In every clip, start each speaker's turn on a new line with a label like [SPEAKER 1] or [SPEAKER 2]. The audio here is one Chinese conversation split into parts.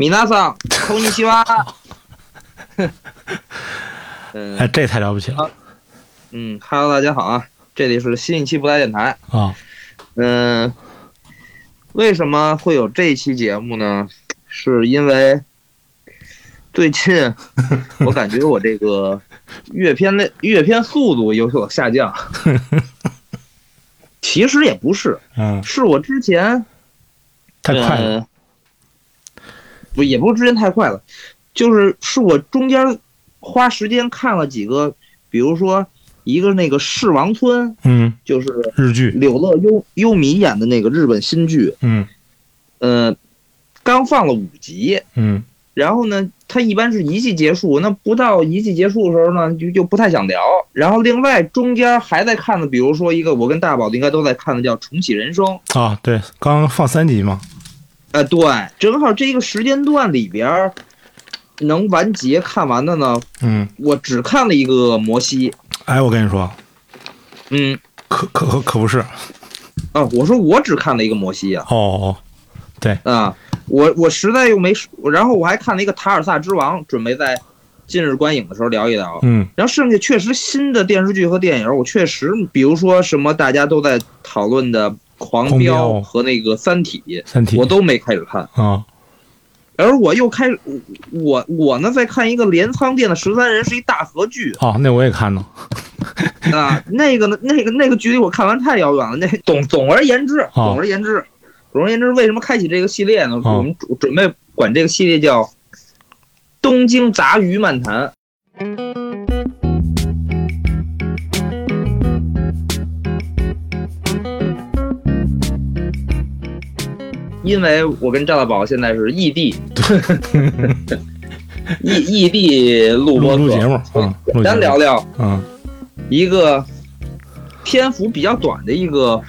[SPEAKER 1] 皆さん、こんにちは。
[SPEAKER 2] 哎，
[SPEAKER 1] 嗯
[SPEAKER 2] 这太了不起了
[SPEAKER 1] 嗯哈喽，大家好啊，这里是新一期不来电台。
[SPEAKER 2] 啊！
[SPEAKER 1] 嗯、为什么会有这一期节目呢？是因为最近我感觉我这个阅片类阅片速度有所下降。其实也不是，
[SPEAKER 2] 嗯，
[SPEAKER 1] 是我之前
[SPEAKER 2] 太快了，
[SPEAKER 1] 呃不也不是之前太快了，就是是我中间花时间看了几个，比如说一个那个《世王村》，
[SPEAKER 2] 嗯，
[SPEAKER 1] 就是
[SPEAKER 2] 日剧，
[SPEAKER 1] 柳乐优优弥演的那个日本新剧，
[SPEAKER 2] 嗯
[SPEAKER 1] 呃，刚放了五集，
[SPEAKER 2] 嗯
[SPEAKER 1] 然后呢，它一般是一季结束，那不到一季结束的时候呢，就就不太想聊。然后另外中间还在看的，比如说一个我跟大宝应该都在看的叫《重启人生》，
[SPEAKER 2] 啊，对，刚放三集嘛，
[SPEAKER 1] 呃，对，正好这个时间段里边儿能完结看完的呢，
[SPEAKER 2] 嗯，
[SPEAKER 1] 我只看了一个摩西。
[SPEAKER 2] 哎，我跟你说，
[SPEAKER 1] 嗯，
[SPEAKER 2] 可可可可不是
[SPEAKER 1] 啊，我说我只看了一个摩西啊，
[SPEAKER 2] 哦哦，
[SPEAKER 1] 啊，我我实在又没时，然后我还看了一个《塔尔萨之王》，准备在近日观影的时候聊一聊。
[SPEAKER 2] 嗯
[SPEAKER 1] 然后剩下确实新的电视剧和电影，我确实，比如说什么大家都在讨论的《狂
[SPEAKER 2] 狂
[SPEAKER 1] 飙
[SPEAKER 2] 飙》
[SPEAKER 1] 和那个《三体》，
[SPEAKER 2] 三体
[SPEAKER 1] 我都没开始看。
[SPEAKER 2] 啊，
[SPEAKER 1] 而我又开始，我我呢在看一个镰仓店的十三人是一大合剧
[SPEAKER 2] 哦，那我也看呢，
[SPEAKER 1] 啊，那个呢那个那个剧离我看完太遥远了。那总总而言之，总而言之，总而言之，为什么开启这个系列呢？
[SPEAKER 2] 哦
[SPEAKER 1] 我们准准备管这个系列叫《东京杂鱼漫谈》。因为我跟赵大宝现在是异地，异异地录播客
[SPEAKER 2] 录录节目，嗯，录节
[SPEAKER 1] 咱聊
[SPEAKER 2] 目，
[SPEAKER 1] 聊
[SPEAKER 2] 嗯
[SPEAKER 1] 一个篇幅比较短的一个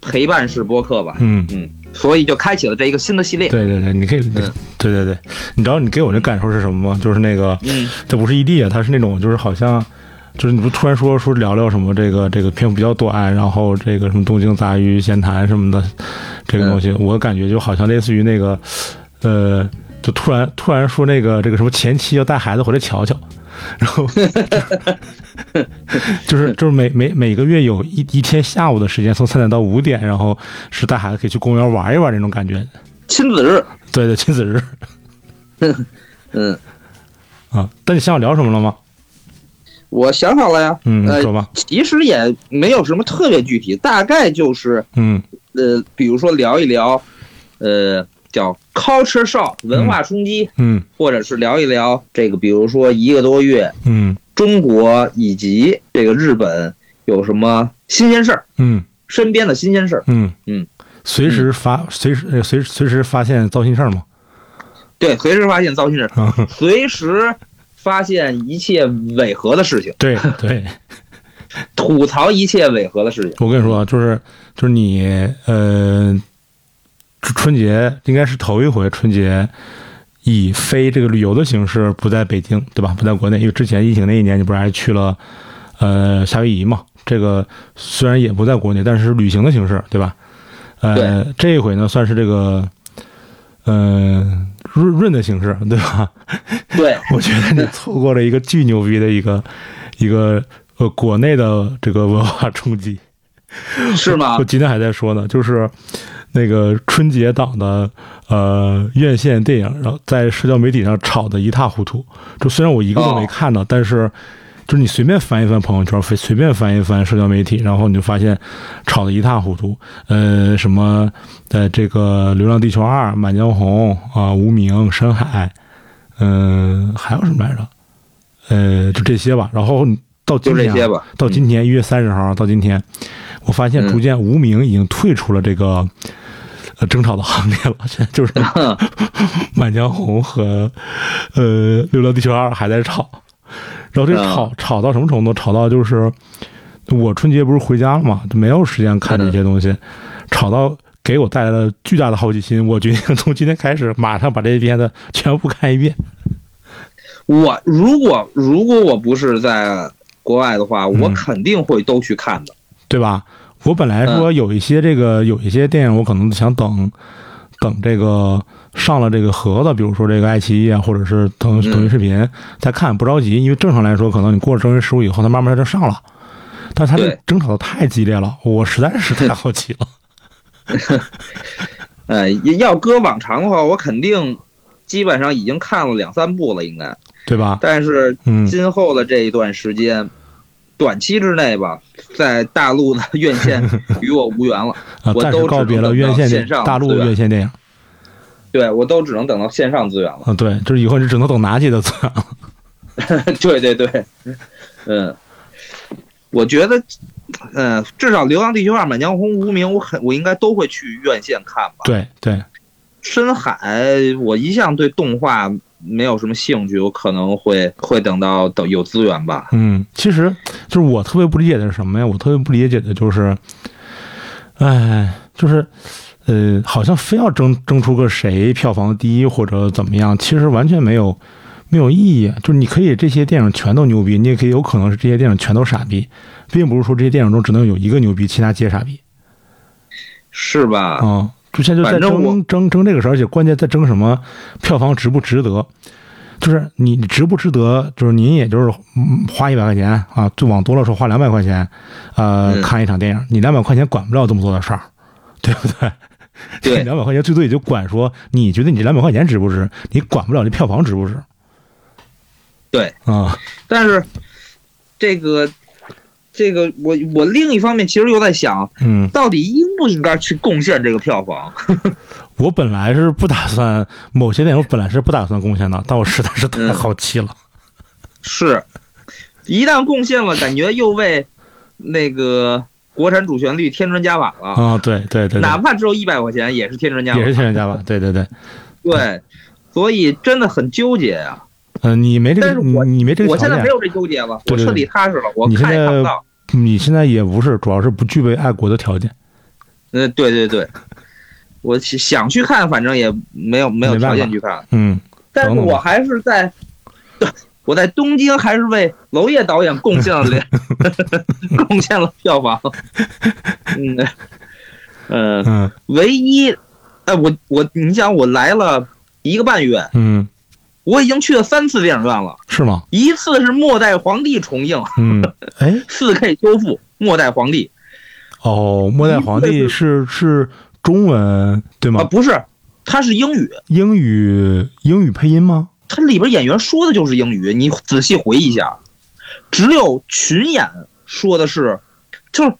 [SPEAKER 1] 陪伴式播客吧，
[SPEAKER 2] 嗯，
[SPEAKER 1] 所以就开启了这一个新的系列。
[SPEAKER 2] 对对对，你可以，对
[SPEAKER 1] 嗯
[SPEAKER 2] 对对，你知道你给我那感受是什么吗？就是那个，
[SPEAKER 1] 嗯，
[SPEAKER 2] 这不是异地啊，它是那种就是好像。就是你不突然说说聊聊什么这个这个篇幅比较短，然后这个什么东京杂鱼闲谈什么的，这个东西，我感觉就好像类似于那个，呃，就突然突然说那个这个什么前妻要带孩子回来瞧瞧，然后就是就是每每每个月有一一天下午的时间，从三点到五点，然后是带孩子可以去公园玩一玩那种感觉，
[SPEAKER 1] 亲子日，
[SPEAKER 2] 对对，亲子日
[SPEAKER 1] 嗯，
[SPEAKER 2] 啊。但你想好聊什么了吗？
[SPEAKER 1] 我想好了呀，
[SPEAKER 2] 嗯，
[SPEAKER 1] 呃
[SPEAKER 2] 说吧，
[SPEAKER 1] 其实也没有什么特别具体，大概就是
[SPEAKER 2] 嗯
[SPEAKER 1] 呃，比如说聊一聊，呃，叫 culture shock 文化冲击，
[SPEAKER 2] 嗯
[SPEAKER 1] 或者是聊一聊这个，比如说一个多月
[SPEAKER 2] 嗯
[SPEAKER 1] 中国以及这个日本有什么新鲜事儿，
[SPEAKER 2] 嗯
[SPEAKER 1] 身边的新鲜事儿。
[SPEAKER 2] 嗯
[SPEAKER 1] 嗯，
[SPEAKER 2] 随时发随时呃随随时发现糟心事儿嘛，
[SPEAKER 1] 对，随时发现糟心事儿，
[SPEAKER 2] 啊，
[SPEAKER 1] 随时发现一切违和的事情，
[SPEAKER 2] 对对。
[SPEAKER 1] 吐槽一切违和的事情。
[SPEAKER 2] 我跟你说，啊就是就是你呃，春春节应该是头一回春节以非这个旅游的形式不在北京，对吧？不在国内，因为之前疫情那一年，你不是还去了呃夏威夷嘛？这个虽然也不在国内，但是是旅行的形式，对吧？呃，这一回呢，算是这个呃润润的形式，对吧？
[SPEAKER 1] 对，
[SPEAKER 2] 我觉得你错过了一个巨牛逼的一个 一个呃国内的这个文化冲击。
[SPEAKER 1] 是吗
[SPEAKER 2] 我？今天还在说呢，就是那个春节档的呃院线电影，然后在社交媒体上炒得一塌糊涂。就虽然我一个都没看呢，但是就是你随便翻一翻朋友圈，随随便翻一翻社交媒体，然后你就发现炒得一塌糊涂。呃，什么呃这个《流浪地球二》《满江红》啊，《无名》《深海》，嗯、还有什么来着？呃，就这些吧。然后你到今
[SPEAKER 1] 就
[SPEAKER 2] 天
[SPEAKER 1] 这
[SPEAKER 2] 啊
[SPEAKER 1] 些吧。
[SPEAKER 2] 到今天一月三十号到今天，我发现
[SPEAKER 1] 嗯
[SPEAKER 2] 逐渐无名已经退出了这个呃争吵的行列了。现在就 是《满江红》和呃《流浪地球二》还在吵，然后这
[SPEAKER 1] 啊
[SPEAKER 2] 吵吵到什么程度？吵到就是我春节不是回家了嘛，就没有时间看
[SPEAKER 1] 嗯
[SPEAKER 2] 这些东西，吵到。给我带来了巨大的好奇心，我决定从今天开始马上把这些片子全部看一遍。
[SPEAKER 1] 我如果如果我不是在国外的话，我
[SPEAKER 2] 嗯
[SPEAKER 1] 肯定会都去看的。嗯
[SPEAKER 2] 对吧？我本来说有一些这个、有一些电影，我可能想等等这个上了这个盒子，比如说这个爱奇艺啊，或者是腾
[SPEAKER 1] 嗯
[SPEAKER 2] 抖音视频再看，不着急，因为正常来说，可能你过了正月十五以后，它慢慢它就上了。但是它这
[SPEAKER 1] 对
[SPEAKER 2] 争吵的太激烈了，我实在是太好 奇了。
[SPEAKER 1] 呃，要搁往常的话，我肯定基本上已经看了两三部了，应该。
[SPEAKER 2] 对吧？
[SPEAKER 1] 但是
[SPEAKER 2] 嗯，
[SPEAKER 1] 今后的这一段时间，短期之内吧，在大陆的院 线与我无缘了。
[SPEAKER 2] 啊，
[SPEAKER 1] 我
[SPEAKER 2] 暂
[SPEAKER 1] 都
[SPEAKER 2] 时
[SPEAKER 1] 只
[SPEAKER 2] 告
[SPEAKER 1] 能
[SPEAKER 2] 别
[SPEAKER 1] 等
[SPEAKER 2] 了
[SPEAKER 1] 到
[SPEAKER 2] 院线
[SPEAKER 1] 线
[SPEAKER 2] 电
[SPEAKER 1] 上
[SPEAKER 2] 大陆
[SPEAKER 1] 资源
[SPEAKER 2] 院线电影
[SPEAKER 1] 对我都只能等到线上资源了。
[SPEAKER 2] 啊，对，就是以后你只能等拿起的资源了。
[SPEAKER 1] 对对对，嗯，我觉得，嗯，至少《流浪地球二》《满江红》《无名》，我肯我应该都会去院线看吧。
[SPEAKER 2] 对对，
[SPEAKER 1] 深海，我一向对动画没有什么兴趣，我可能会会等到等有资源吧。
[SPEAKER 2] 嗯，其实就是我特别不理解的是什么呀？我特别不理解的就是，哎，就是。呃，好像非要争争出个谁票房第一或者怎么样，其实完全没有没有意义。啊就是你可以这些电影全都牛逼，你也可以有可能是这些电影全都傻逼，并不是说这些电影中只能有一个牛逼，其他皆傻逼。
[SPEAKER 1] 是吧？
[SPEAKER 2] 啊，就现在就在
[SPEAKER 1] 反正我
[SPEAKER 2] 争争争这个事儿，而且关键在争什么票房值不值得，就是你你值不值得，就是您也就是、嗯花一百块钱啊，就往多了说花两百块钱，呃，
[SPEAKER 1] 嗯
[SPEAKER 2] 看一场电影，你两百块钱管不了这么多的事儿，对不对？
[SPEAKER 1] 对
[SPEAKER 2] 两百块钱最多也就管说你觉得你这两百块钱值不值，你管不了这票房值不值。
[SPEAKER 1] 对
[SPEAKER 2] 啊，
[SPEAKER 1] 但是这个这个，我我另一方面其实又在想，
[SPEAKER 2] 嗯，
[SPEAKER 1] 到底应不应该去贡献这个票房？
[SPEAKER 2] 我本来是不打算某些电影，我本来是不打算贡献的，但我实在是太
[SPEAKER 1] 嗯
[SPEAKER 2] 好奇了。
[SPEAKER 1] 是，一旦贡献了，感觉又为那个国产主旋律添砖加瓦了。
[SPEAKER 2] 啊，对对对对，
[SPEAKER 1] 哪怕只有一百块钱，也是添砖加瓦
[SPEAKER 2] 也。是天然加吧，对对对，
[SPEAKER 1] 对，所以真的很纠结啊！
[SPEAKER 2] 嗯、你没这
[SPEAKER 1] 但
[SPEAKER 2] 个，
[SPEAKER 1] 是
[SPEAKER 2] 你
[SPEAKER 1] 我
[SPEAKER 2] 你没这个
[SPEAKER 1] 我
[SPEAKER 2] 条
[SPEAKER 1] 现在
[SPEAKER 2] 件
[SPEAKER 1] 没，有这纠结了，我
[SPEAKER 2] 对对
[SPEAKER 1] 彻底踏实了。我
[SPEAKER 2] 你现
[SPEAKER 1] 看也看
[SPEAKER 2] 在
[SPEAKER 1] 不到。
[SPEAKER 2] 你现在也不是，主要是不具备爱国的条件，
[SPEAKER 1] 嗯，对对对，我想去看，反正也没有没有
[SPEAKER 2] 没办
[SPEAKER 1] 条
[SPEAKER 2] 法
[SPEAKER 1] 件去看。
[SPEAKER 2] 嗯，
[SPEAKER 1] 但是
[SPEAKER 2] 等等
[SPEAKER 1] 我
[SPEAKER 2] 吧
[SPEAKER 1] 还是在，我在东京还是为娄烨导演贡献了两 贡献了票房。嗯，呃，
[SPEAKER 2] 嗯
[SPEAKER 1] 唯一，哎，我我你想我来了一个半月，
[SPEAKER 2] 嗯，
[SPEAKER 1] 我已经去了三次电影院了，
[SPEAKER 2] 是吗？
[SPEAKER 1] 一次是《末代皇帝》重映，
[SPEAKER 2] 嗯，哎，
[SPEAKER 1] 四 K 修复《末代皇帝
[SPEAKER 2] 哦，《末代皇帝
[SPEAKER 1] 嗯》
[SPEAKER 2] 是是中文对》
[SPEAKER 1] 啊，
[SPEAKER 2] 吗？
[SPEAKER 1] 不是，它是英语，
[SPEAKER 2] 英语英语配音吗？
[SPEAKER 1] 它里边演员说的就是英语，你仔细回忆一下，只有群演说的是，就是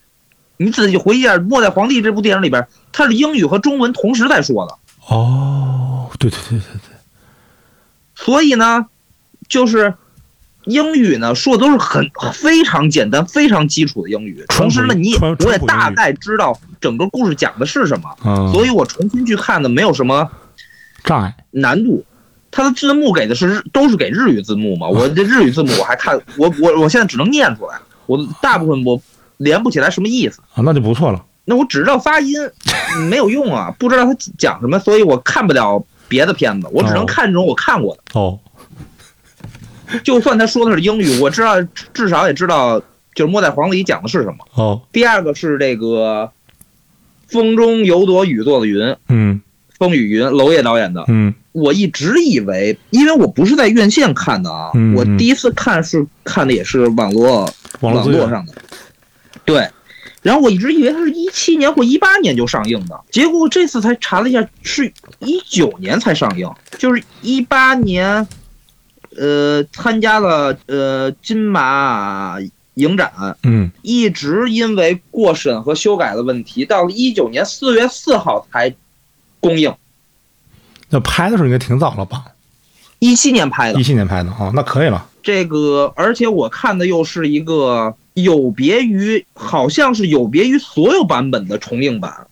[SPEAKER 1] 你仔细回忆一下《末代皇帝》这部电影里边，它是英语和中文同时在说的，
[SPEAKER 2] 哦，对对对对对，
[SPEAKER 1] 所以呢，就是英语呢说的都是很非常简单、非常基础的英语，
[SPEAKER 2] 川
[SPEAKER 1] 同
[SPEAKER 2] 普
[SPEAKER 1] 时呢，你也
[SPEAKER 2] 川
[SPEAKER 1] 我也
[SPEAKER 2] 川普英语
[SPEAKER 1] 大概知道整个故事讲的是什么，
[SPEAKER 2] 嗯，
[SPEAKER 1] 所以我重新去看的没有什么
[SPEAKER 2] 障碍，
[SPEAKER 1] 难度。它的字幕给的是日，都是给日语字幕嘛。我这日语字幕我还看，我我我现在只能念出来，我大部分我连不起来什么意思。
[SPEAKER 2] 啊，那就不错了，
[SPEAKER 1] 那我只知道发音，没有用啊，不知道它讲什么，所以我看不了别的片子，我只能
[SPEAKER 2] 哦
[SPEAKER 1] 看这种我看过的。
[SPEAKER 2] 哦，
[SPEAKER 1] 就算他说的是英语，我知道至少也知道就是《末代皇帝》讲的是什么。
[SPEAKER 2] 哦，
[SPEAKER 1] 第二个是这个《风中有朵雨做的云》，
[SPEAKER 2] 嗯
[SPEAKER 1] 风雨云，娄烨导演的。
[SPEAKER 2] 嗯
[SPEAKER 1] 我一直以为，因为我不是在院线看的啊，
[SPEAKER 2] 嗯嗯
[SPEAKER 1] 我第一次看是看的也是网络
[SPEAKER 2] 网络
[SPEAKER 1] 网
[SPEAKER 2] 资源
[SPEAKER 1] 络上的，对。然后我一直以为它是一七年或一八年就上映的，结果这次才查了一下，是一九年才上映，就是一八年，呃，参加了呃金马影展，
[SPEAKER 2] 嗯，
[SPEAKER 1] 一直因为过审和修改的问题，到了一九年四月四号才公映，
[SPEAKER 2] 那拍的时候应该挺早了吧？
[SPEAKER 1] 一七年拍的
[SPEAKER 2] 一。七年拍的啊，那可以了，
[SPEAKER 1] 这个，而且我看的又是一个有别于，好像是有别于所有版本的重映版，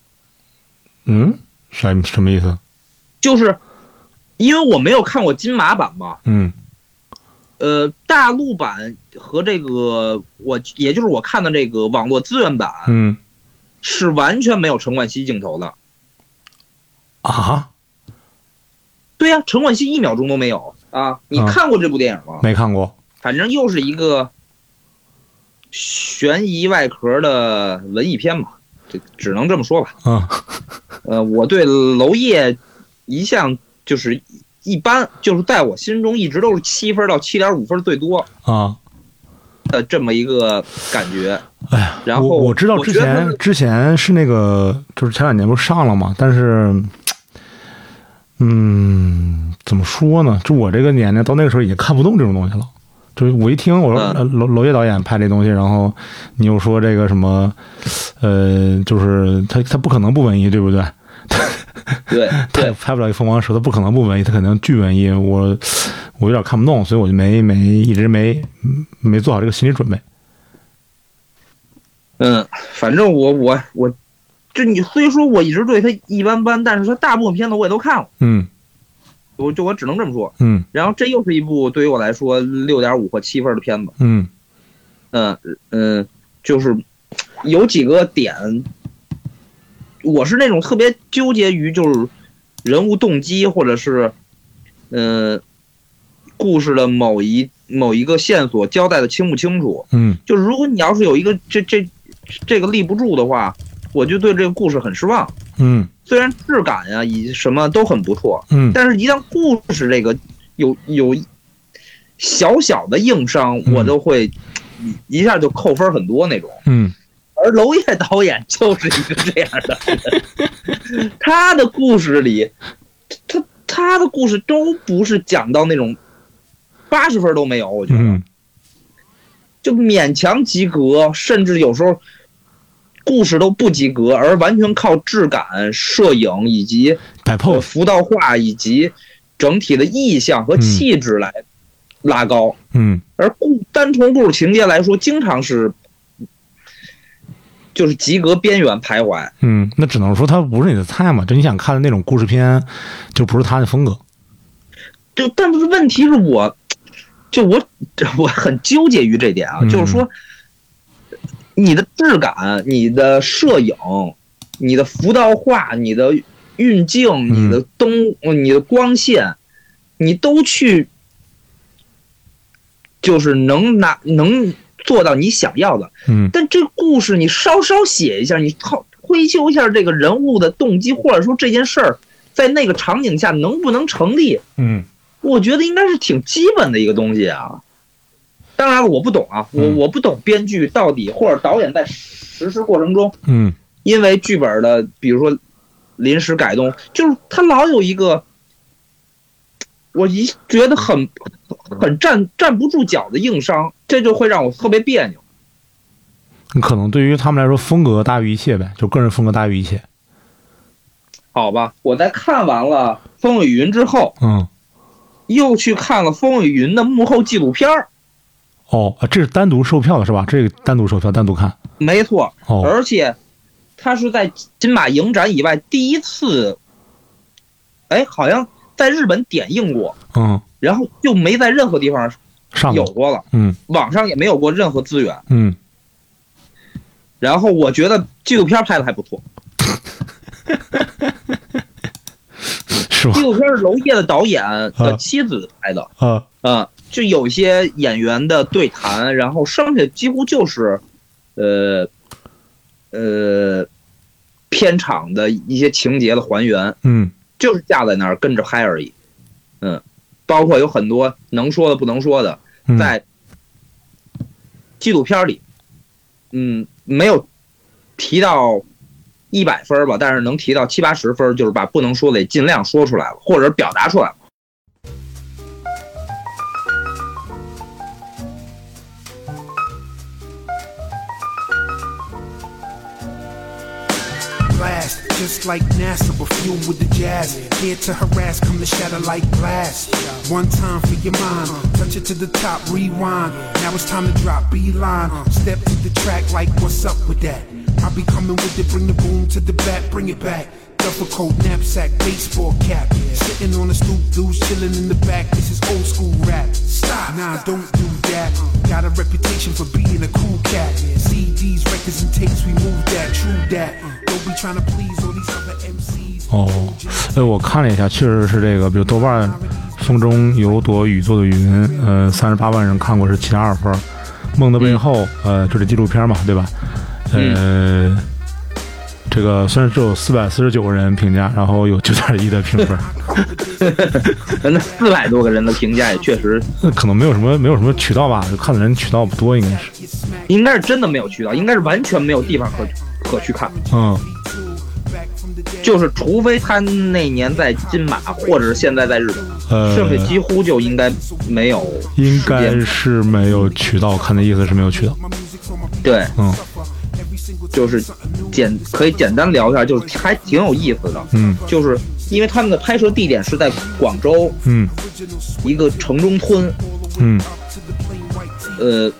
[SPEAKER 2] 嗯，什什么意思？
[SPEAKER 1] 就是因为我没有看过金马版嘛，
[SPEAKER 2] 嗯
[SPEAKER 1] 呃，大陆版和这个我，也就是我看的这个网络资源版
[SPEAKER 2] 嗯
[SPEAKER 1] 是完全没有陈冠希镜头的。
[SPEAKER 2] 啊，
[SPEAKER 1] 对呀、陈冠希一秒钟都没有啊！你
[SPEAKER 2] 啊
[SPEAKER 1] 看过这部电影吗？
[SPEAKER 2] 没看过，
[SPEAKER 1] 反正又是一个悬疑外壳的文艺片嘛，这只能这么说吧。
[SPEAKER 2] 嗯。
[SPEAKER 1] 呃，我对娄烨一向就是一般，就是在我心中一直都是七分到七点五分最多
[SPEAKER 2] 啊，
[SPEAKER 1] 的这么一个感觉。
[SPEAKER 2] 哎呀，
[SPEAKER 1] 然后
[SPEAKER 2] 我我知道之
[SPEAKER 1] 觉得
[SPEAKER 2] 前之前是那个，就是前两年不是上了嘛，但是，嗯，怎么说呢？就我这个年龄到那个时候已经看不动这种东西了。就是我一听我说
[SPEAKER 1] 嗯
[SPEAKER 2] 呃娄娄烨导演拍这东西，然后你又说这个什么，呃，就是他他不可能不文艺，对不对？
[SPEAKER 1] 对
[SPEAKER 2] 他也
[SPEAKER 1] 对，
[SPEAKER 2] 拍不了一凤凰蛇，他不可能不文艺，他肯定巨文艺。我我有点看不懂，所以我就没没一直没没做好这个心理准备。
[SPEAKER 1] 嗯，反正我我我，就你虽说我一直对他一般般，但是他大部分片子我也都看了，
[SPEAKER 2] 嗯
[SPEAKER 1] 我就我只能这么说。
[SPEAKER 2] 嗯
[SPEAKER 1] 然后这又是一部对于我来说六点五或七分的片子。
[SPEAKER 2] 嗯
[SPEAKER 1] 嗯嗯，就是有几个点，我是那种特别纠结于就是人物动机或者是嗯、呃故事的某一某一个线索交代的清不清楚。
[SPEAKER 2] 嗯
[SPEAKER 1] 就是如果你要是有一个这这这个立不住的话，我就对这个故事很失望。
[SPEAKER 2] 嗯
[SPEAKER 1] 虽然质感呀、以及什么都很不错，
[SPEAKER 2] 嗯
[SPEAKER 1] 但是一旦故事这个有有小小的硬伤，
[SPEAKER 2] 嗯
[SPEAKER 1] 我就会嗯一下就扣分很多那种。
[SPEAKER 2] 嗯
[SPEAKER 1] 而娄烨导演就是一个这样的人，他的故事里，他他的故事都不是讲到那种八十分都没有，我觉得、
[SPEAKER 2] 嗯
[SPEAKER 1] 就勉强及格，甚至有时候故事都不及格，而完全靠质感、摄影以及
[SPEAKER 2] 摆
[SPEAKER 1] 呃
[SPEAKER 2] pose，
[SPEAKER 1] 浮道化以及整体的意象和气质来拉高。
[SPEAKER 2] 嗯
[SPEAKER 1] 而故单从故事情节来说，经常是就是及格边缘徘徊。
[SPEAKER 2] 嗯，那只能说他不是你的菜嘛，就你想看的那种故事片，就不是他的风格。
[SPEAKER 1] 就但是问题是我，就我 我很纠结于这点啊，
[SPEAKER 2] 嗯
[SPEAKER 1] 就是说你的质感、你的摄影、你的浮道化、你的运镜、
[SPEAKER 2] 嗯
[SPEAKER 1] 你的灯、呃你的光线，你都去，就是能拿能做到你想要的。
[SPEAKER 2] 嗯
[SPEAKER 1] 但这故事你稍稍写一下，你套推究一下这个人物的动机，或者说这件事儿在那个场景下能不能成立，
[SPEAKER 2] 嗯
[SPEAKER 1] 我觉得应该是挺基本的一个东西啊。当然了，我不懂啊，我
[SPEAKER 2] 嗯
[SPEAKER 1] 我不懂编剧到底或者导演在实施过程中，
[SPEAKER 2] 嗯
[SPEAKER 1] 因为剧本的比如说临时改动，就是他老有一个我一觉得很很站站不住脚的硬伤，这就会让我特别别扭。
[SPEAKER 2] 可能对于他们来说，风格大于一切呗，就个人风格大于一切。
[SPEAKER 1] 好吧，我在看完了《风雨云》之后，
[SPEAKER 2] 嗯
[SPEAKER 1] 又去看了《风雨云》的幕后纪录片儿。
[SPEAKER 2] 哦，啊这是单独售票的是吧？这个单独售票，单独看。
[SPEAKER 1] 没错，
[SPEAKER 2] 哦
[SPEAKER 1] 而且他是在金马影展以外第一次，哎，好像在日本点映过，
[SPEAKER 2] 嗯，
[SPEAKER 1] 然后就没在任何地方
[SPEAKER 2] 上
[SPEAKER 1] 有
[SPEAKER 2] 过。
[SPEAKER 1] 过了，
[SPEAKER 2] 嗯
[SPEAKER 1] 网上也没有过任何资源。
[SPEAKER 2] 嗯，
[SPEAKER 1] 然后我觉得纪录片拍的还不 错，
[SPEAKER 2] 是吧
[SPEAKER 1] 纪？录片是娄烨的导演的妻子拍 的，
[SPEAKER 2] 啊
[SPEAKER 1] 啊，就有一些演员的对谈，然后剩下几乎就是，呃，呃，片场的一些情节的还原，
[SPEAKER 2] 嗯
[SPEAKER 1] 就是架在那儿跟着嗨而已。嗯，包括有很多能说的不能说的，
[SPEAKER 2] 嗯
[SPEAKER 1] 在纪录片里，嗯，没有提到一百分儿吧，但是能提到七八十分儿，就是把不能说的也尽量说出来了，或者表达出来了。
[SPEAKER 3] blast. Just like NASA, but fueled with the jazz. Here to harass, come to shatter like glass. One time for your mind, touch it to the top, rewind. Now it's time to drop, beeline. Step to the track like, what's up with that? I'll be coming with it, bring the boom to the back, bring it back. Duffel coat, knapsack, baseball cap. Sitting on the stoop, dudes chilling in the back. This is old school rap. Stop, nah, don't do that. Got a reputation for being a cool cat. CDs, records, and tapes, we move that, true that. Don't be trying to please all these other MCs.
[SPEAKER 2] 哦， 哎，我看了一下，确实是这个，比如豆瓣《风中有朵雨做的云》，呃，三十八万人看过是七十二分，《嗯嗯梦的背后》呃，这是纪录片嘛，对吧？呃，这个虽然只有四百四十九个人评价，然后有九点一的评分，
[SPEAKER 1] 那四百多个人的评价也确实，
[SPEAKER 2] 那可能没有什么没有什么渠道吧，就看的人渠道不多，应该是。
[SPEAKER 1] 应该是真的没有渠道，应该是完全没有地方可可去看。
[SPEAKER 2] 嗯，
[SPEAKER 1] 就是除非他那年在金马，或者是现在在日本，
[SPEAKER 2] 呃，
[SPEAKER 1] 剩下几乎就应该没有。
[SPEAKER 2] 应该是没有渠道，看那意思是没有渠道。
[SPEAKER 1] 对，
[SPEAKER 2] 嗯
[SPEAKER 1] 就是简可以简单聊一下，就是还挺有意思的。
[SPEAKER 2] 嗯
[SPEAKER 1] 就是因为他们的拍摄地点是在广州
[SPEAKER 2] 嗯
[SPEAKER 1] 一个城中村，
[SPEAKER 2] 嗯
[SPEAKER 1] 呃，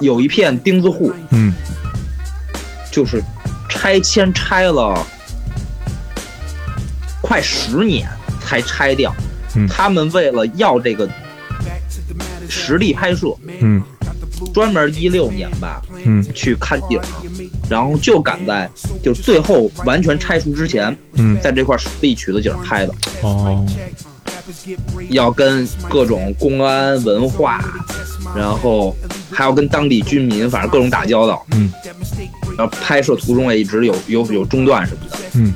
[SPEAKER 1] 有一片钉子户，
[SPEAKER 2] 嗯
[SPEAKER 1] 就是拆迁拆了快十年才拆掉。
[SPEAKER 2] 嗯
[SPEAKER 1] 他们为了要这个实地拍摄，
[SPEAKER 2] 嗯
[SPEAKER 1] 专门一六年吧
[SPEAKER 2] 嗯
[SPEAKER 1] 去看景，然后就赶在就最后完全拆除之前，
[SPEAKER 2] 嗯，
[SPEAKER 1] 在这块实地取的景拍的，
[SPEAKER 2] 哦，
[SPEAKER 1] 要跟各种公安文化，然后还要跟当地居民，反正各种打交道。
[SPEAKER 2] 嗯
[SPEAKER 1] 然后拍摄途中也一直有有有中断什么的，
[SPEAKER 2] 嗯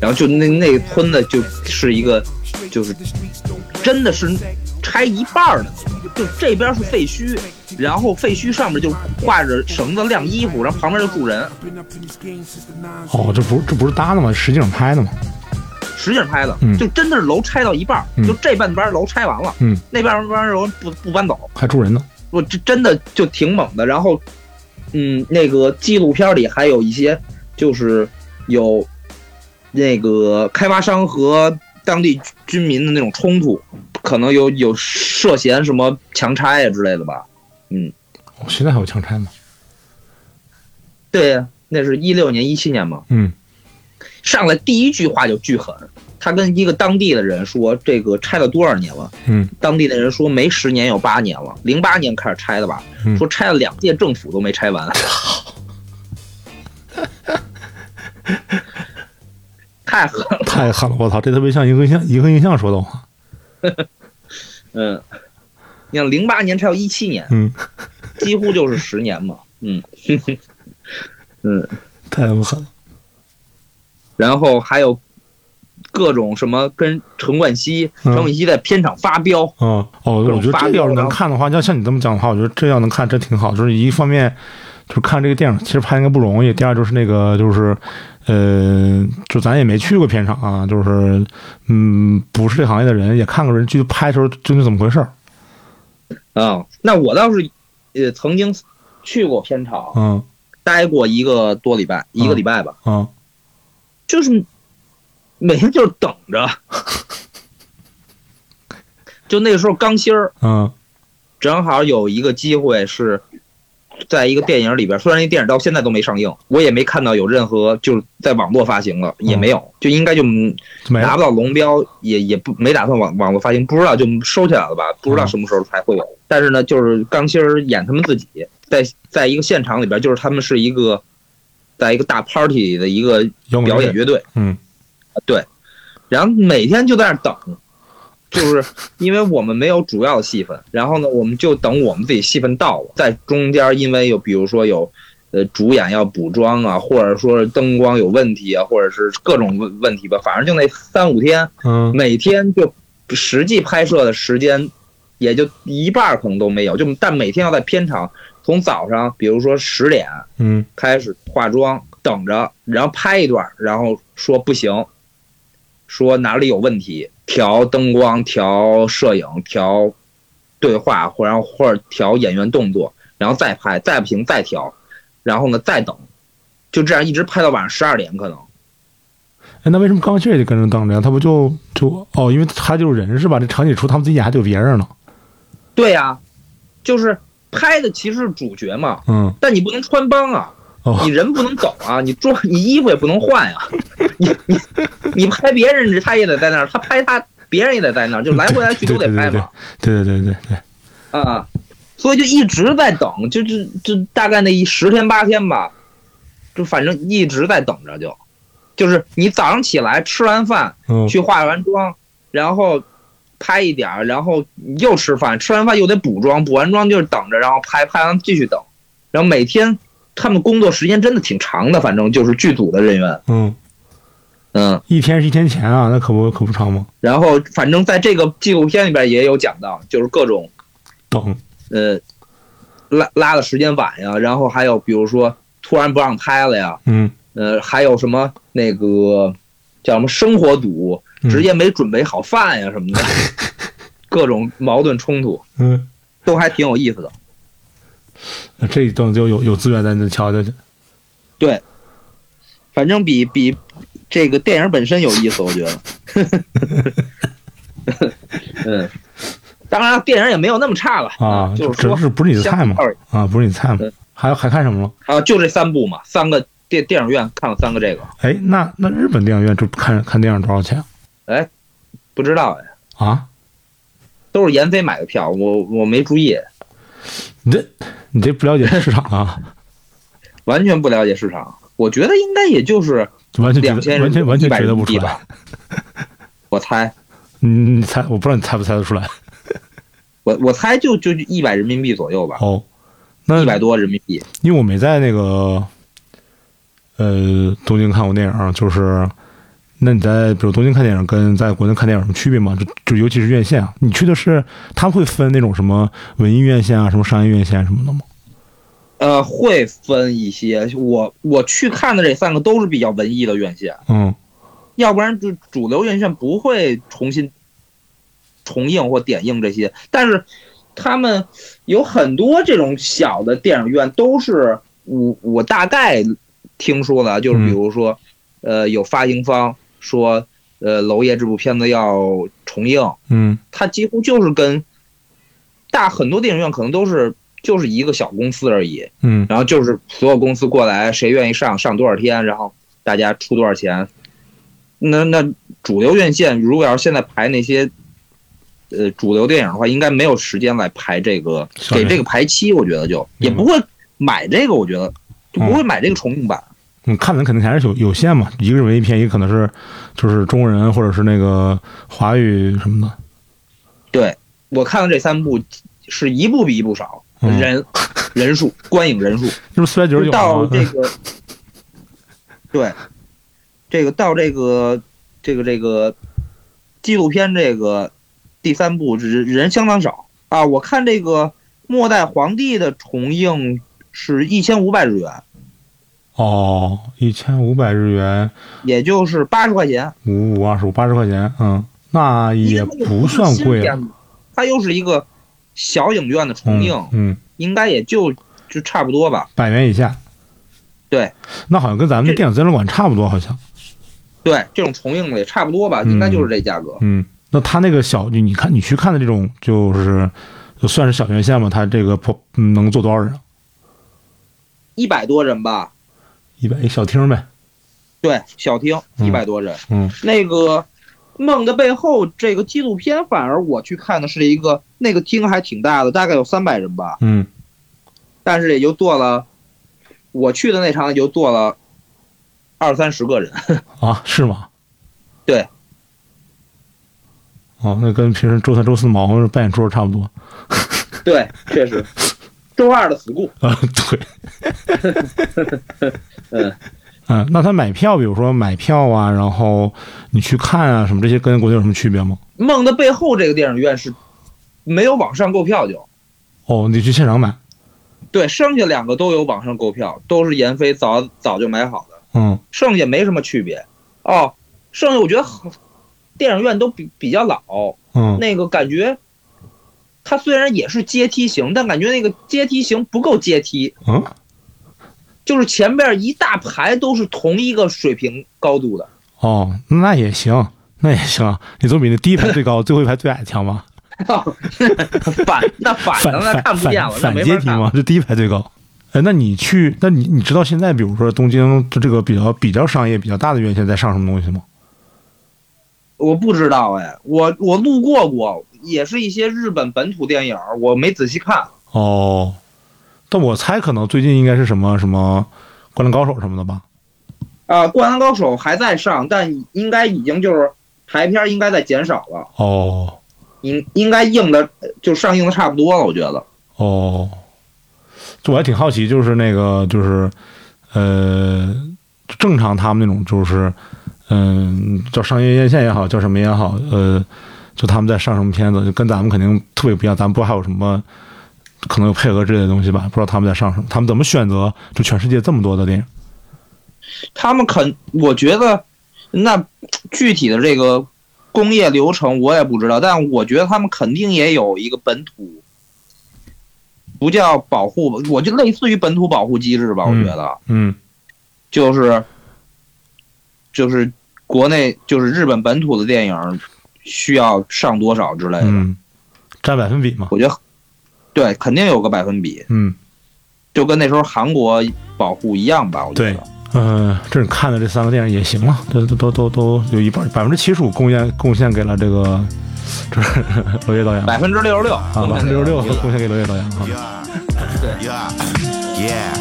[SPEAKER 1] 然后就那那个村子就是一个，就是真的是拆一半儿的，就这边是废墟，然后废晾上面就挂着绳子晾衣服，然后旁边就住人，
[SPEAKER 2] 哦，这不这不是搭的吗？实景拍的吗？
[SPEAKER 1] 实景拍的，
[SPEAKER 2] 嗯
[SPEAKER 1] 就真的是楼拆到一半儿，
[SPEAKER 2] 嗯
[SPEAKER 1] 就这半边楼拆完了，
[SPEAKER 2] 嗯，
[SPEAKER 1] 那半边楼不不搬走，
[SPEAKER 2] 还住人呢。
[SPEAKER 1] 我这真的就挺猛的。然后，嗯，那个纪录片里还有一些就是有那个开发商和当地居民的那种冲突，可能有有涉嫌什么强拆啊呀之类的吧。
[SPEAKER 2] 哦现在还有强拆吗？
[SPEAKER 1] 对呀，那是一六年、一七年嘛。
[SPEAKER 2] 嗯
[SPEAKER 1] 上来第一句话就巨狠，他跟一个当地的人说：“这个拆了多少年了？”
[SPEAKER 2] 嗯
[SPEAKER 1] 当地的人说：“没十年有八年了，零八年开始拆的吧？”
[SPEAKER 2] 嗯
[SPEAKER 1] 说拆了两届政府都没拆完。 太狠了，
[SPEAKER 2] 太狠了！我操，这特别像银河映像银河映像说的话。
[SPEAKER 1] 嗯，你看零八年拆到一七年，
[SPEAKER 2] 嗯，
[SPEAKER 1] 几乎就是十年嘛，嗯，嗯，
[SPEAKER 2] 太狠了。
[SPEAKER 1] 然后还有各种什么跟陈冠希，
[SPEAKER 2] 嗯
[SPEAKER 1] 陈冠希在片场发飙，
[SPEAKER 2] 嗯，哦，
[SPEAKER 1] 各种
[SPEAKER 2] 我觉得
[SPEAKER 1] 发
[SPEAKER 2] 这
[SPEAKER 1] 飙
[SPEAKER 2] 要是
[SPEAKER 1] 然
[SPEAKER 2] 能
[SPEAKER 1] 后
[SPEAKER 2] 看的话，要像你这么讲的话，我觉得这要能看真挺好。就是一方面，就是看这个电影，其实拍应该不容易；第二就是那个就是，呃，就咱也没去过片场啊，就是嗯，不是这行业的人也看过人去拍的时候究竟怎么回事儿。
[SPEAKER 1] 啊、那我倒是，呃，曾经去过片场，
[SPEAKER 2] 嗯
[SPEAKER 1] 待过一个多礼拜，一个礼拜吧，
[SPEAKER 2] 嗯，
[SPEAKER 1] 就是每天就是等着，就那个时候刚芯儿
[SPEAKER 2] 嗯
[SPEAKER 1] 正好有一个机会是在一个电影里边，虽然那电影到现在都没上映，我也没看到有任何就是在网络发行了，也没有，就应该就
[SPEAKER 2] 就没
[SPEAKER 1] 拿
[SPEAKER 2] 了。
[SPEAKER 1] 不到龙标，也也不没打算网网络发行，不知道就收起来了吧，不知道
[SPEAKER 2] 嗯
[SPEAKER 1] 什么时候才会有。但是呢，就是钢芯儿演他们自己，在在一个现场里边，就是他们是一个在一个大 party 的一个
[SPEAKER 2] 摇滚
[SPEAKER 1] 表演乐
[SPEAKER 2] 乐队
[SPEAKER 1] 队，
[SPEAKER 2] 嗯
[SPEAKER 1] 对，然后每天就在那儿等，就是因为我们没有主要的戏份，然后呢，我们就等我们自己戏份到了，在中间因为有比如说有呃主演要补妆啊，或者说是灯光有问题啊，或者是各种问问题吧，反正就那三五天，
[SPEAKER 2] 嗯
[SPEAKER 1] 每天就实际拍摄的时间也就一半儿可能都没有，就但每天要在片场从早上，比如说十点
[SPEAKER 2] 嗯
[SPEAKER 1] 开始化妆，等着，然后拍一段，然后说不行，说哪里有问题，调灯光、调摄影、调对话，或然后或者调演员动作，然后再拍，再不行再调，然后呢再等，就这样一直拍到晚上十二点可能。
[SPEAKER 2] 哎，那为什么钢血就跟着当着呀？他不就就哦，因为他就是人是吧？这场景出他们自己演还得有别人呢。
[SPEAKER 1] 对呀、就是拍的其实是主角嘛，
[SPEAKER 2] 嗯
[SPEAKER 1] 但你不能穿帮啊，
[SPEAKER 2] 哦
[SPEAKER 1] 你人不能走啊，你装你衣服也不能换呀、 你你你拍别人他也得在那儿，他拍他别人也得在那儿， 就来回来去都得拍嘛
[SPEAKER 2] 对对对对对，
[SPEAKER 1] 啊，所以就一直在等，就就就大概那一十天八天吧，就反正一直在等着就，就是你早上起来吃完饭
[SPEAKER 2] 嗯
[SPEAKER 1] 去化完妆，然后拍一点儿，然后又吃饭，吃完饭又得补妆，补完妆就是等着，然后拍，拍完继续等，然后每天他们工作时间真的挺长的，反正就是剧组的人员，
[SPEAKER 2] 嗯，
[SPEAKER 1] 嗯，
[SPEAKER 2] 一天是一天钱啊，那可不可不长吗？
[SPEAKER 1] 然后反正在这个纪录片里边也有讲到，就是各种
[SPEAKER 2] 等，
[SPEAKER 1] 呃拉拉的时间晚呀，然后还有比如说突然不让拍了呀，
[SPEAKER 2] 嗯
[SPEAKER 1] 呃，还有什么那个叫什么生活堵，
[SPEAKER 2] 嗯
[SPEAKER 1] 直接没准备好饭呀什么的，各种矛盾冲突
[SPEAKER 2] 嗯，
[SPEAKER 1] 都还挺有意思的。
[SPEAKER 2] 那这一段就有有资源咱就瞧瞧去。
[SPEAKER 1] 反正比比这个电影本身有意思，我觉得。嗯，当然电影也没有那么差了
[SPEAKER 2] 啊，
[SPEAKER 1] 就是
[SPEAKER 2] 这
[SPEAKER 1] 说嗯
[SPEAKER 2] 是不是你的菜
[SPEAKER 1] 相
[SPEAKER 2] 吗
[SPEAKER 1] 较？而言
[SPEAKER 2] 啊，不是你菜吗
[SPEAKER 1] 对？
[SPEAKER 2] 还还看什么了？
[SPEAKER 1] 啊，就这三部嘛，三个电电影院看了三个这个，
[SPEAKER 2] 哎，那那日本电影院就看看电影多少钱
[SPEAKER 1] 不知道哎，
[SPEAKER 2] 啊？
[SPEAKER 1] 都是闫飞买的票，我我没注意，
[SPEAKER 2] 你这你这不了解市场啊，
[SPEAKER 1] 完全不了解市场。我觉得应该也就是
[SPEAKER 2] 完全觉
[SPEAKER 1] 两千
[SPEAKER 2] 得完全完全觉得不出
[SPEAKER 1] 100
[SPEAKER 2] 来
[SPEAKER 1] 吧。 我猜，
[SPEAKER 2] 你你猜，我不知道你猜不猜得出来
[SPEAKER 1] 我我猜就就一百人民币左右吧，
[SPEAKER 2] 哦。那
[SPEAKER 1] 一百多人民币。
[SPEAKER 2] 因为我没在那个呃东京看过电影，就是那你在比如东京看电影跟在国内看电影有什么区别吗？就就尤其是院线啊，你去的是他们会分那种什么文艺院线啊、什么商业院线什么的吗？
[SPEAKER 1] 呃，会分一些。我我去看的这三个都是比较文艺的院线，
[SPEAKER 2] 嗯
[SPEAKER 1] 要不然就主流院线不会重新重映或点映这些。但是他们有很多这种小的电影院都是我我大概听说了，就是比如说，呃，有发行方说，呃，娄烨这部片子要重映，
[SPEAKER 2] 嗯
[SPEAKER 1] 它几乎就是跟大很多电影院可能都是就是一个小公司而已，
[SPEAKER 2] 嗯
[SPEAKER 1] 然后就是所有公司过来，谁愿意上上多少天，然后大家出多少钱。那那主流院线如果要是现在排那些，呃，主流电影的话，应该没有时间来排这个，
[SPEAKER 2] 少嗯
[SPEAKER 1] 给
[SPEAKER 2] 人
[SPEAKER 1] 这个排期，我觉得就也
[SPEAKER 2] 明白
[SPEAKER 1] 不会买这个，我觉得就不会买这个重映版。
[SPEAKER 2] 嗯，看的肯定还是有有限嘛，一个是文艺片，一个可能是就是中国人或者是那个华语什么的。
[SPEAKER 1] 对我看了这三部，是一部比一部少，
[SPEAKER 2] 嗯
[SPEAKER 1] 人 人数观影人数。
[SPEAKER 2] 这不四百九啊十
[SPEAKER 1] 就
[SPEAKER 2] 九
[SPEAKER 1] 到
[SPEAKER 2] 吗？
[SPEAKER 1] 这个，对，这个到这个这个这个纪录片这个第三部人人相当少啊！我看这个《末代皇帝》的重映是一千五百日元，
[SPEAKER 2] 哦，一千五百日元，
[SPEAKER 1] 也就是八十块钱，
[SPEAKER 2] 五五二十五，八十块钱，嗯，那也
[SPEAKER 1] 因为它
[SPEAKER 2] 不
[SPEAKER 1] 是
[SPEAKER 2] 算
[SPEAKER 1] 新
[SPEAKER 2] 贵啊
[SPEAKER 1] 片
[SPEAKER 2] 了。
[SPEAKER 1] 子，它又是一个小影院的重
[SPEAKER 2] 嗯
[SPEAKER 1] 映，
[SPEAKER 2] 嗯，
[SPEAKER 1] 应该也就就差不多吧。
[SPEAKER 2] 百元以下。
[SPEAKER 1] 对，
[SPEAKER 2] 那好像跟咱们的电影资料馆差不多，好像。
[SPEAKER 1] 对，这种重映的也差不多吧，
[SPEAKER 2] 嗯
[SPEAKER 1] 应该就是这价格。
[SPEAKER 2] 嗯，那他那个小，你你看你去看的这种，就是就算是小院线嘛，他这个破嗯能坐多少人啊？
[SPEAKER 1] 一百多人吧，
[SPEAKER 2] 一百一小厅呗。
[SPEAKER 1] 对，小厅
[SPEAKER 2] 嗯
[SPEAKER 1] 一百多人。
[SPEAKER 2] 嗯
[SPEAKER 1] 那个《梦的背后》这个纪录片，反而我去看的是一个那个厅还挺大的，大概有三百人吧，
[SPEAKER 2] 嗯
[SPEAKER 1] 但是也就坐了，我去的那场也就坐了二三十个人。
[SPEAKER 2] 啊，是吗？
[SPEAKER 1] 对。
[SPEAKER 2] 哦，那跟平时周三、周四忙着办演出差不多
[SPEAKER 1] 对，确实，周二的 school
[SPEAKER 2] 啊。对，
[SPEAKER 1] 嗯
[SPEAKER 2] 嗯，那他买票，比如说买票啊，然后你去看啊，什么这些跟国内有什么区别吗？
[SPEAKER 1] 《梦的背后》这个电影院是没有网上购票就。
[SPEAKER 2] 哦，你去现场买，
[SPEAKER 1] 对，剩下两个都有网上购票，都是闫飞早早就买好的，
[SPEAKER 2] 嗯
[SPEAKER 1] 剩下没什么区别。哦，剩下我觉得好电影院都比比较老，
[SPEAKER 2] 嗯，
[SPEAKER 1] 那个感觉，它虽然也是阶梯型，但感觉那个阶梯型不够阶梯，
[SPEAKER 2] 嗯，
[SPEAKER 1] 就是前边一大排都是同一个水平高度 的。
[SPEAKER 2] 哦，那也行，那也行，你总比那第一排最 高、最后一排最矮强吧？
[SPEAKER 1] 反那反
[SPEAKER 2] 反
[SPEAKER 1] 了，哎那
[SPEAKER 2] 反
[SPEAKER 1] 看不见了，那
[SPEAKER 2] 反
[SPEAKER 1] 没法
[SPEAKER 2] 反阶梯
[SPEAKER 1] 看。
[SPEAKER 2] 嘛，就第一排最高。哎，那你去，那你你知道现在，比如说东京这这个比较比较商业、比较大的院线在上什么东西吗？
[SPEAKER 1] 我不知道哎，我我路过过，也是一些日本本土电影，我没仔细看。
[SPEAKER 2] 哦，但我猜可能最近应该是什么什么《灌篮高手》什么的吧？
[SPEAKER 1] 啊、灌篮高手》还在上，但应该已经就是排片应该在减少了，
[SPEAKER 2] 哦
[SPEAKER 1] 呃应应该映的就上映的差不多了，我觉得。
[SPEAKER 2] 哦，就我还挺好奇，就是那个就是呃，正常他们那种就是嗯、叫商业院线也好，叫什么也好，呃，就他们在上什么片子，就跟咱们肯定特别不一样。咱们不知道还有什么可能有配合之类的东西吧？不知道他们在上什么，他们怎么选择？就全世界这么多的电影，
[SPEAKER 1] 他们肯，我觉得那具体的这个工业流程我也不知道，但我觉得他们肯定也有一个本土，不叫保护吧，我就类似于本土保护机制吧，我
[SPEAKER 2] 嗯
[SPEAKER 1] 觉得、
[SPEAKER 2] 嗯
[SPEAKER 1] 就是就是国内就是日本本土的电影需要上多少之类的，
[SPEAKER 2] 嗯，占百分比嘛，
[SPEAKER 1] 我觉得对，肯定有个百分比，
[SPEAKER 2] 嗯。
[SPEAKER 1] 就跟那时候韩国保护一样吧，我觉
[SPEAKER 2] 对
[SPEAKER 1] 得。，
[SPEAKER 2] 嗯，这你看的这三个电影也行了，这都都都都有一半百分之七十五贡献贡献给了这个，这是 娄烨导演
[SPEAKER 1] 百
[SPEAKER 2] 啊，
[SPEAKER 1] 分之六十六，
[SPEAKER 2] 百分之六十六贡献给娄烨导演啊。
[SPEAKER 4] Yeah. Yeah. Yeah.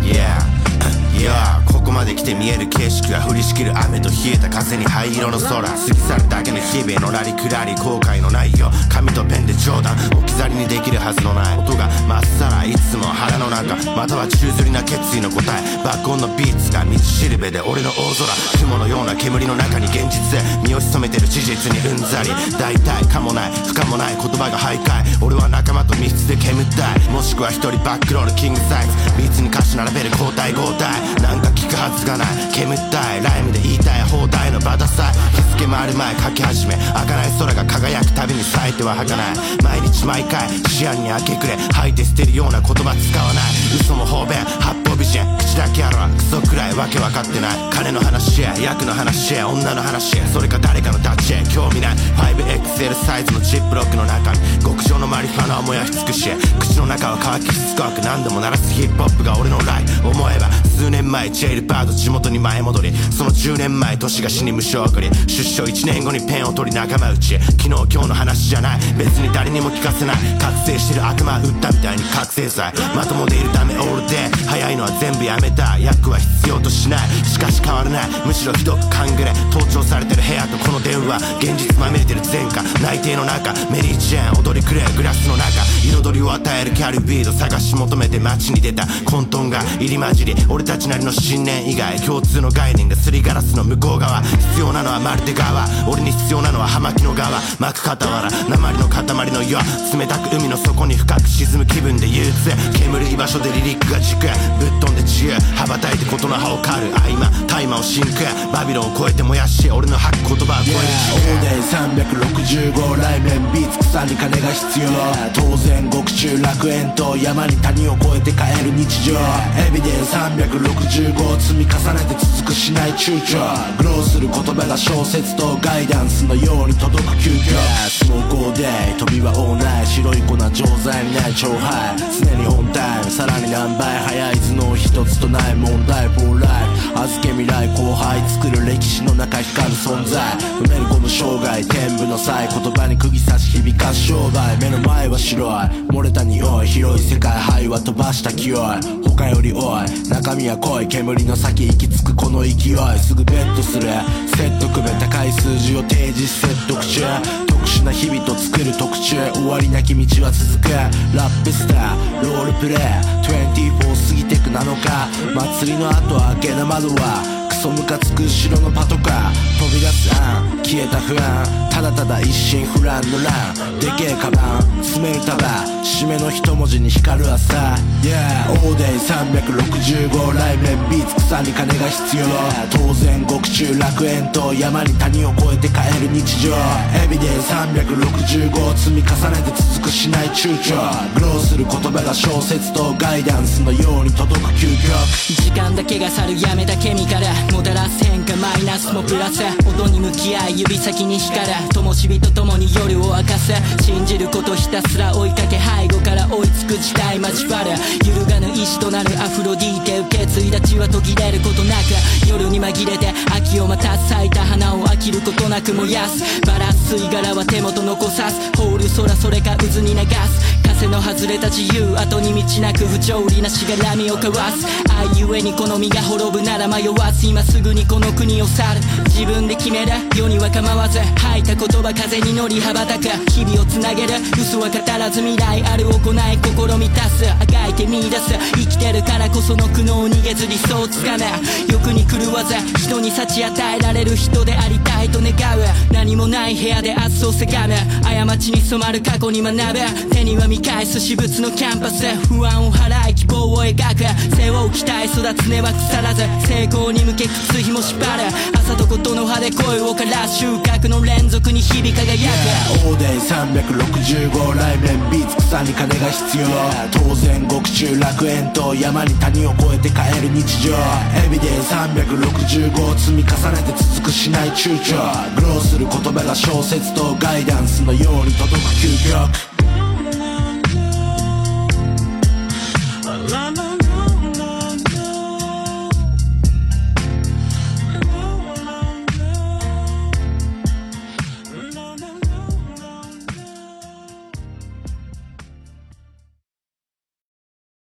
[SPEAKER 4] Yeah. Yeah. ここまで来て見える景色が降りしきる雨と冷えた風に灰色の空過ぎ去るだけの日々へのラリクラリ後悔のないよ紙とペンで冗談置き去りにできるはずのない音がまっさらいつも腹の中または宙吊りな決意の答え爆音のビーツが道しるべで俺の大空雲のような煙の中に現実へ身を潜めてる事実にうんざり大体かもない不可もない言葉が徘徊俺は仲間と密室で煙たいもしくは一人バックロールキングサイズビーツに歌詞並べる交代交代なんか聞くはずがない煙たいライムで言いたい放題のバタさえ日付回る前書き始め開かない空が輝くたびに咲いては儚い毎日毎回視野に明け暮れ吐いて捨てるような言葉使わない嘘も方便八方美人口だけやろクソくらいわけ分かってない金の話や役の話や女の話やそれか誰かのタッチへ興味ない 5XL サイズのジップロックの中に極上のマリファナを燃やし尽くし口の中は乾きしつこく何度も鳴らすヒップホップが俺のライフ思えば数年前ジェイルバード地元に前戻りその10年前年が死に無償送り出所1年後にペンを取り仲間内へ昨日今日の話じゃない別に誰にも聞かせない覚醒してる悪魔打ったみたいに覚醒剤まともでいるためオールデイ早いのは全部やめた役は必要としないしかし変わらないむしろひどく勘ぐれ盗聴されてる部屋とこの電話現実まみれてる前科内定の中メリーチェーン踊りくれグラスの中彩りを与えるキャリービード探し求めて街に出た混沌が入り混じり俺たちなりの信念以外共通の概念がすりガラスの向こう側必要なのはまるで側俺に必要なのは葉巻の側巻く傍ら鉛の塊の岩冷たく海の底に深く沈む気分で憂鬱煙る居場所でリリックが軸ぶっ飛んで自由羽ばたいてことの葉を狩る合間大麻を真空バビロンを超えて燃やし俺の吐く言葉を超える
[SPEAKER 5] Yeah, 365来面ビーツ草に金が必要当然極中楽園と山に谷を越えて帰る日常エビデン365積み重ねて続くしない躊躇グローする言葉が小説とガイダンスのように届く急遽スモークオーデイ飛びはオーナイ白い粉錠剤にない超ハイ常に本タイムさらに何倍早い頭脳一つとない問題フォーライフ預け未来後輩作る歴史の中光る存在埋めるゴム障害天部の際言葉に釘刺し響かす商売目の前は白い漏れた匂い広い世界灰は飛ばした気負い他より多い中身は濃い煙の先行き着くこの勢いすぐベッドする説得め高い数字を提示説得中特殊な日々と作る特注終わりなき道は続くラップスターロールプレイ24過ぎてく7日祭りの後明けな窓はクソムカつく後ろのパトカー飛び出す案消えた不安ただただ一心不乱の乱でけえカバン詰める束締めの一文字に光る朝 Yeah オーデイ365来面ビーツ草に金が必要当然極中楽園と山に谷を越えて帰る日常エビデン365積み重ねて続くしない躊躇グローする言葉が小説とガイダンスのように届く究極
[SPEAKER 6] 時間だけが去るやめたケミカルもたらす変化マイナスもプラス音に向き合い指先に光る灯火と共に夜を明かす信じることひたすら追いかけ背後から追いつく時代交わる揺るがぬ意志となるアフロディーテ受け継いだ血は途切れることなく夜に紛れて秋をまた咲いた花を飽きることなく燃やすバラす吸い殻は手元残さすホール空それか渦に流す風の外れた自由後に道なく不条理なしがらみを交わす愛ゆえにこの身が滅ぶなら迷わず今すぐにこの国を去る自分で決める世には構わず吐いた言葉風に乗り羽ばたく日々をつなげる嘘は語らず未来ある行い試み出すあがいて見出す生きてるからこその苦悩を逃げず理想をつかめ欲に狂わず人に幸与えられる人でありたいと願う何もない部屋で明日をせがむ過ちに染まる過去に学ぶ手には見返す私物のキャンパス不安を払い希望を描く背負う期待育つ根は腐らず成功に向け靴ひも縛る朝とことの葉で声を枯らす収穫の連続に日々輝く
[SPEAKER 5] オーデン365来年ビーツ草に金が必要当然獄中楽園と山に谷を越えて帰る日常エビデン365積み重ねて続くしない躊躇グローする言葉が小説とガイダンスのように届く究極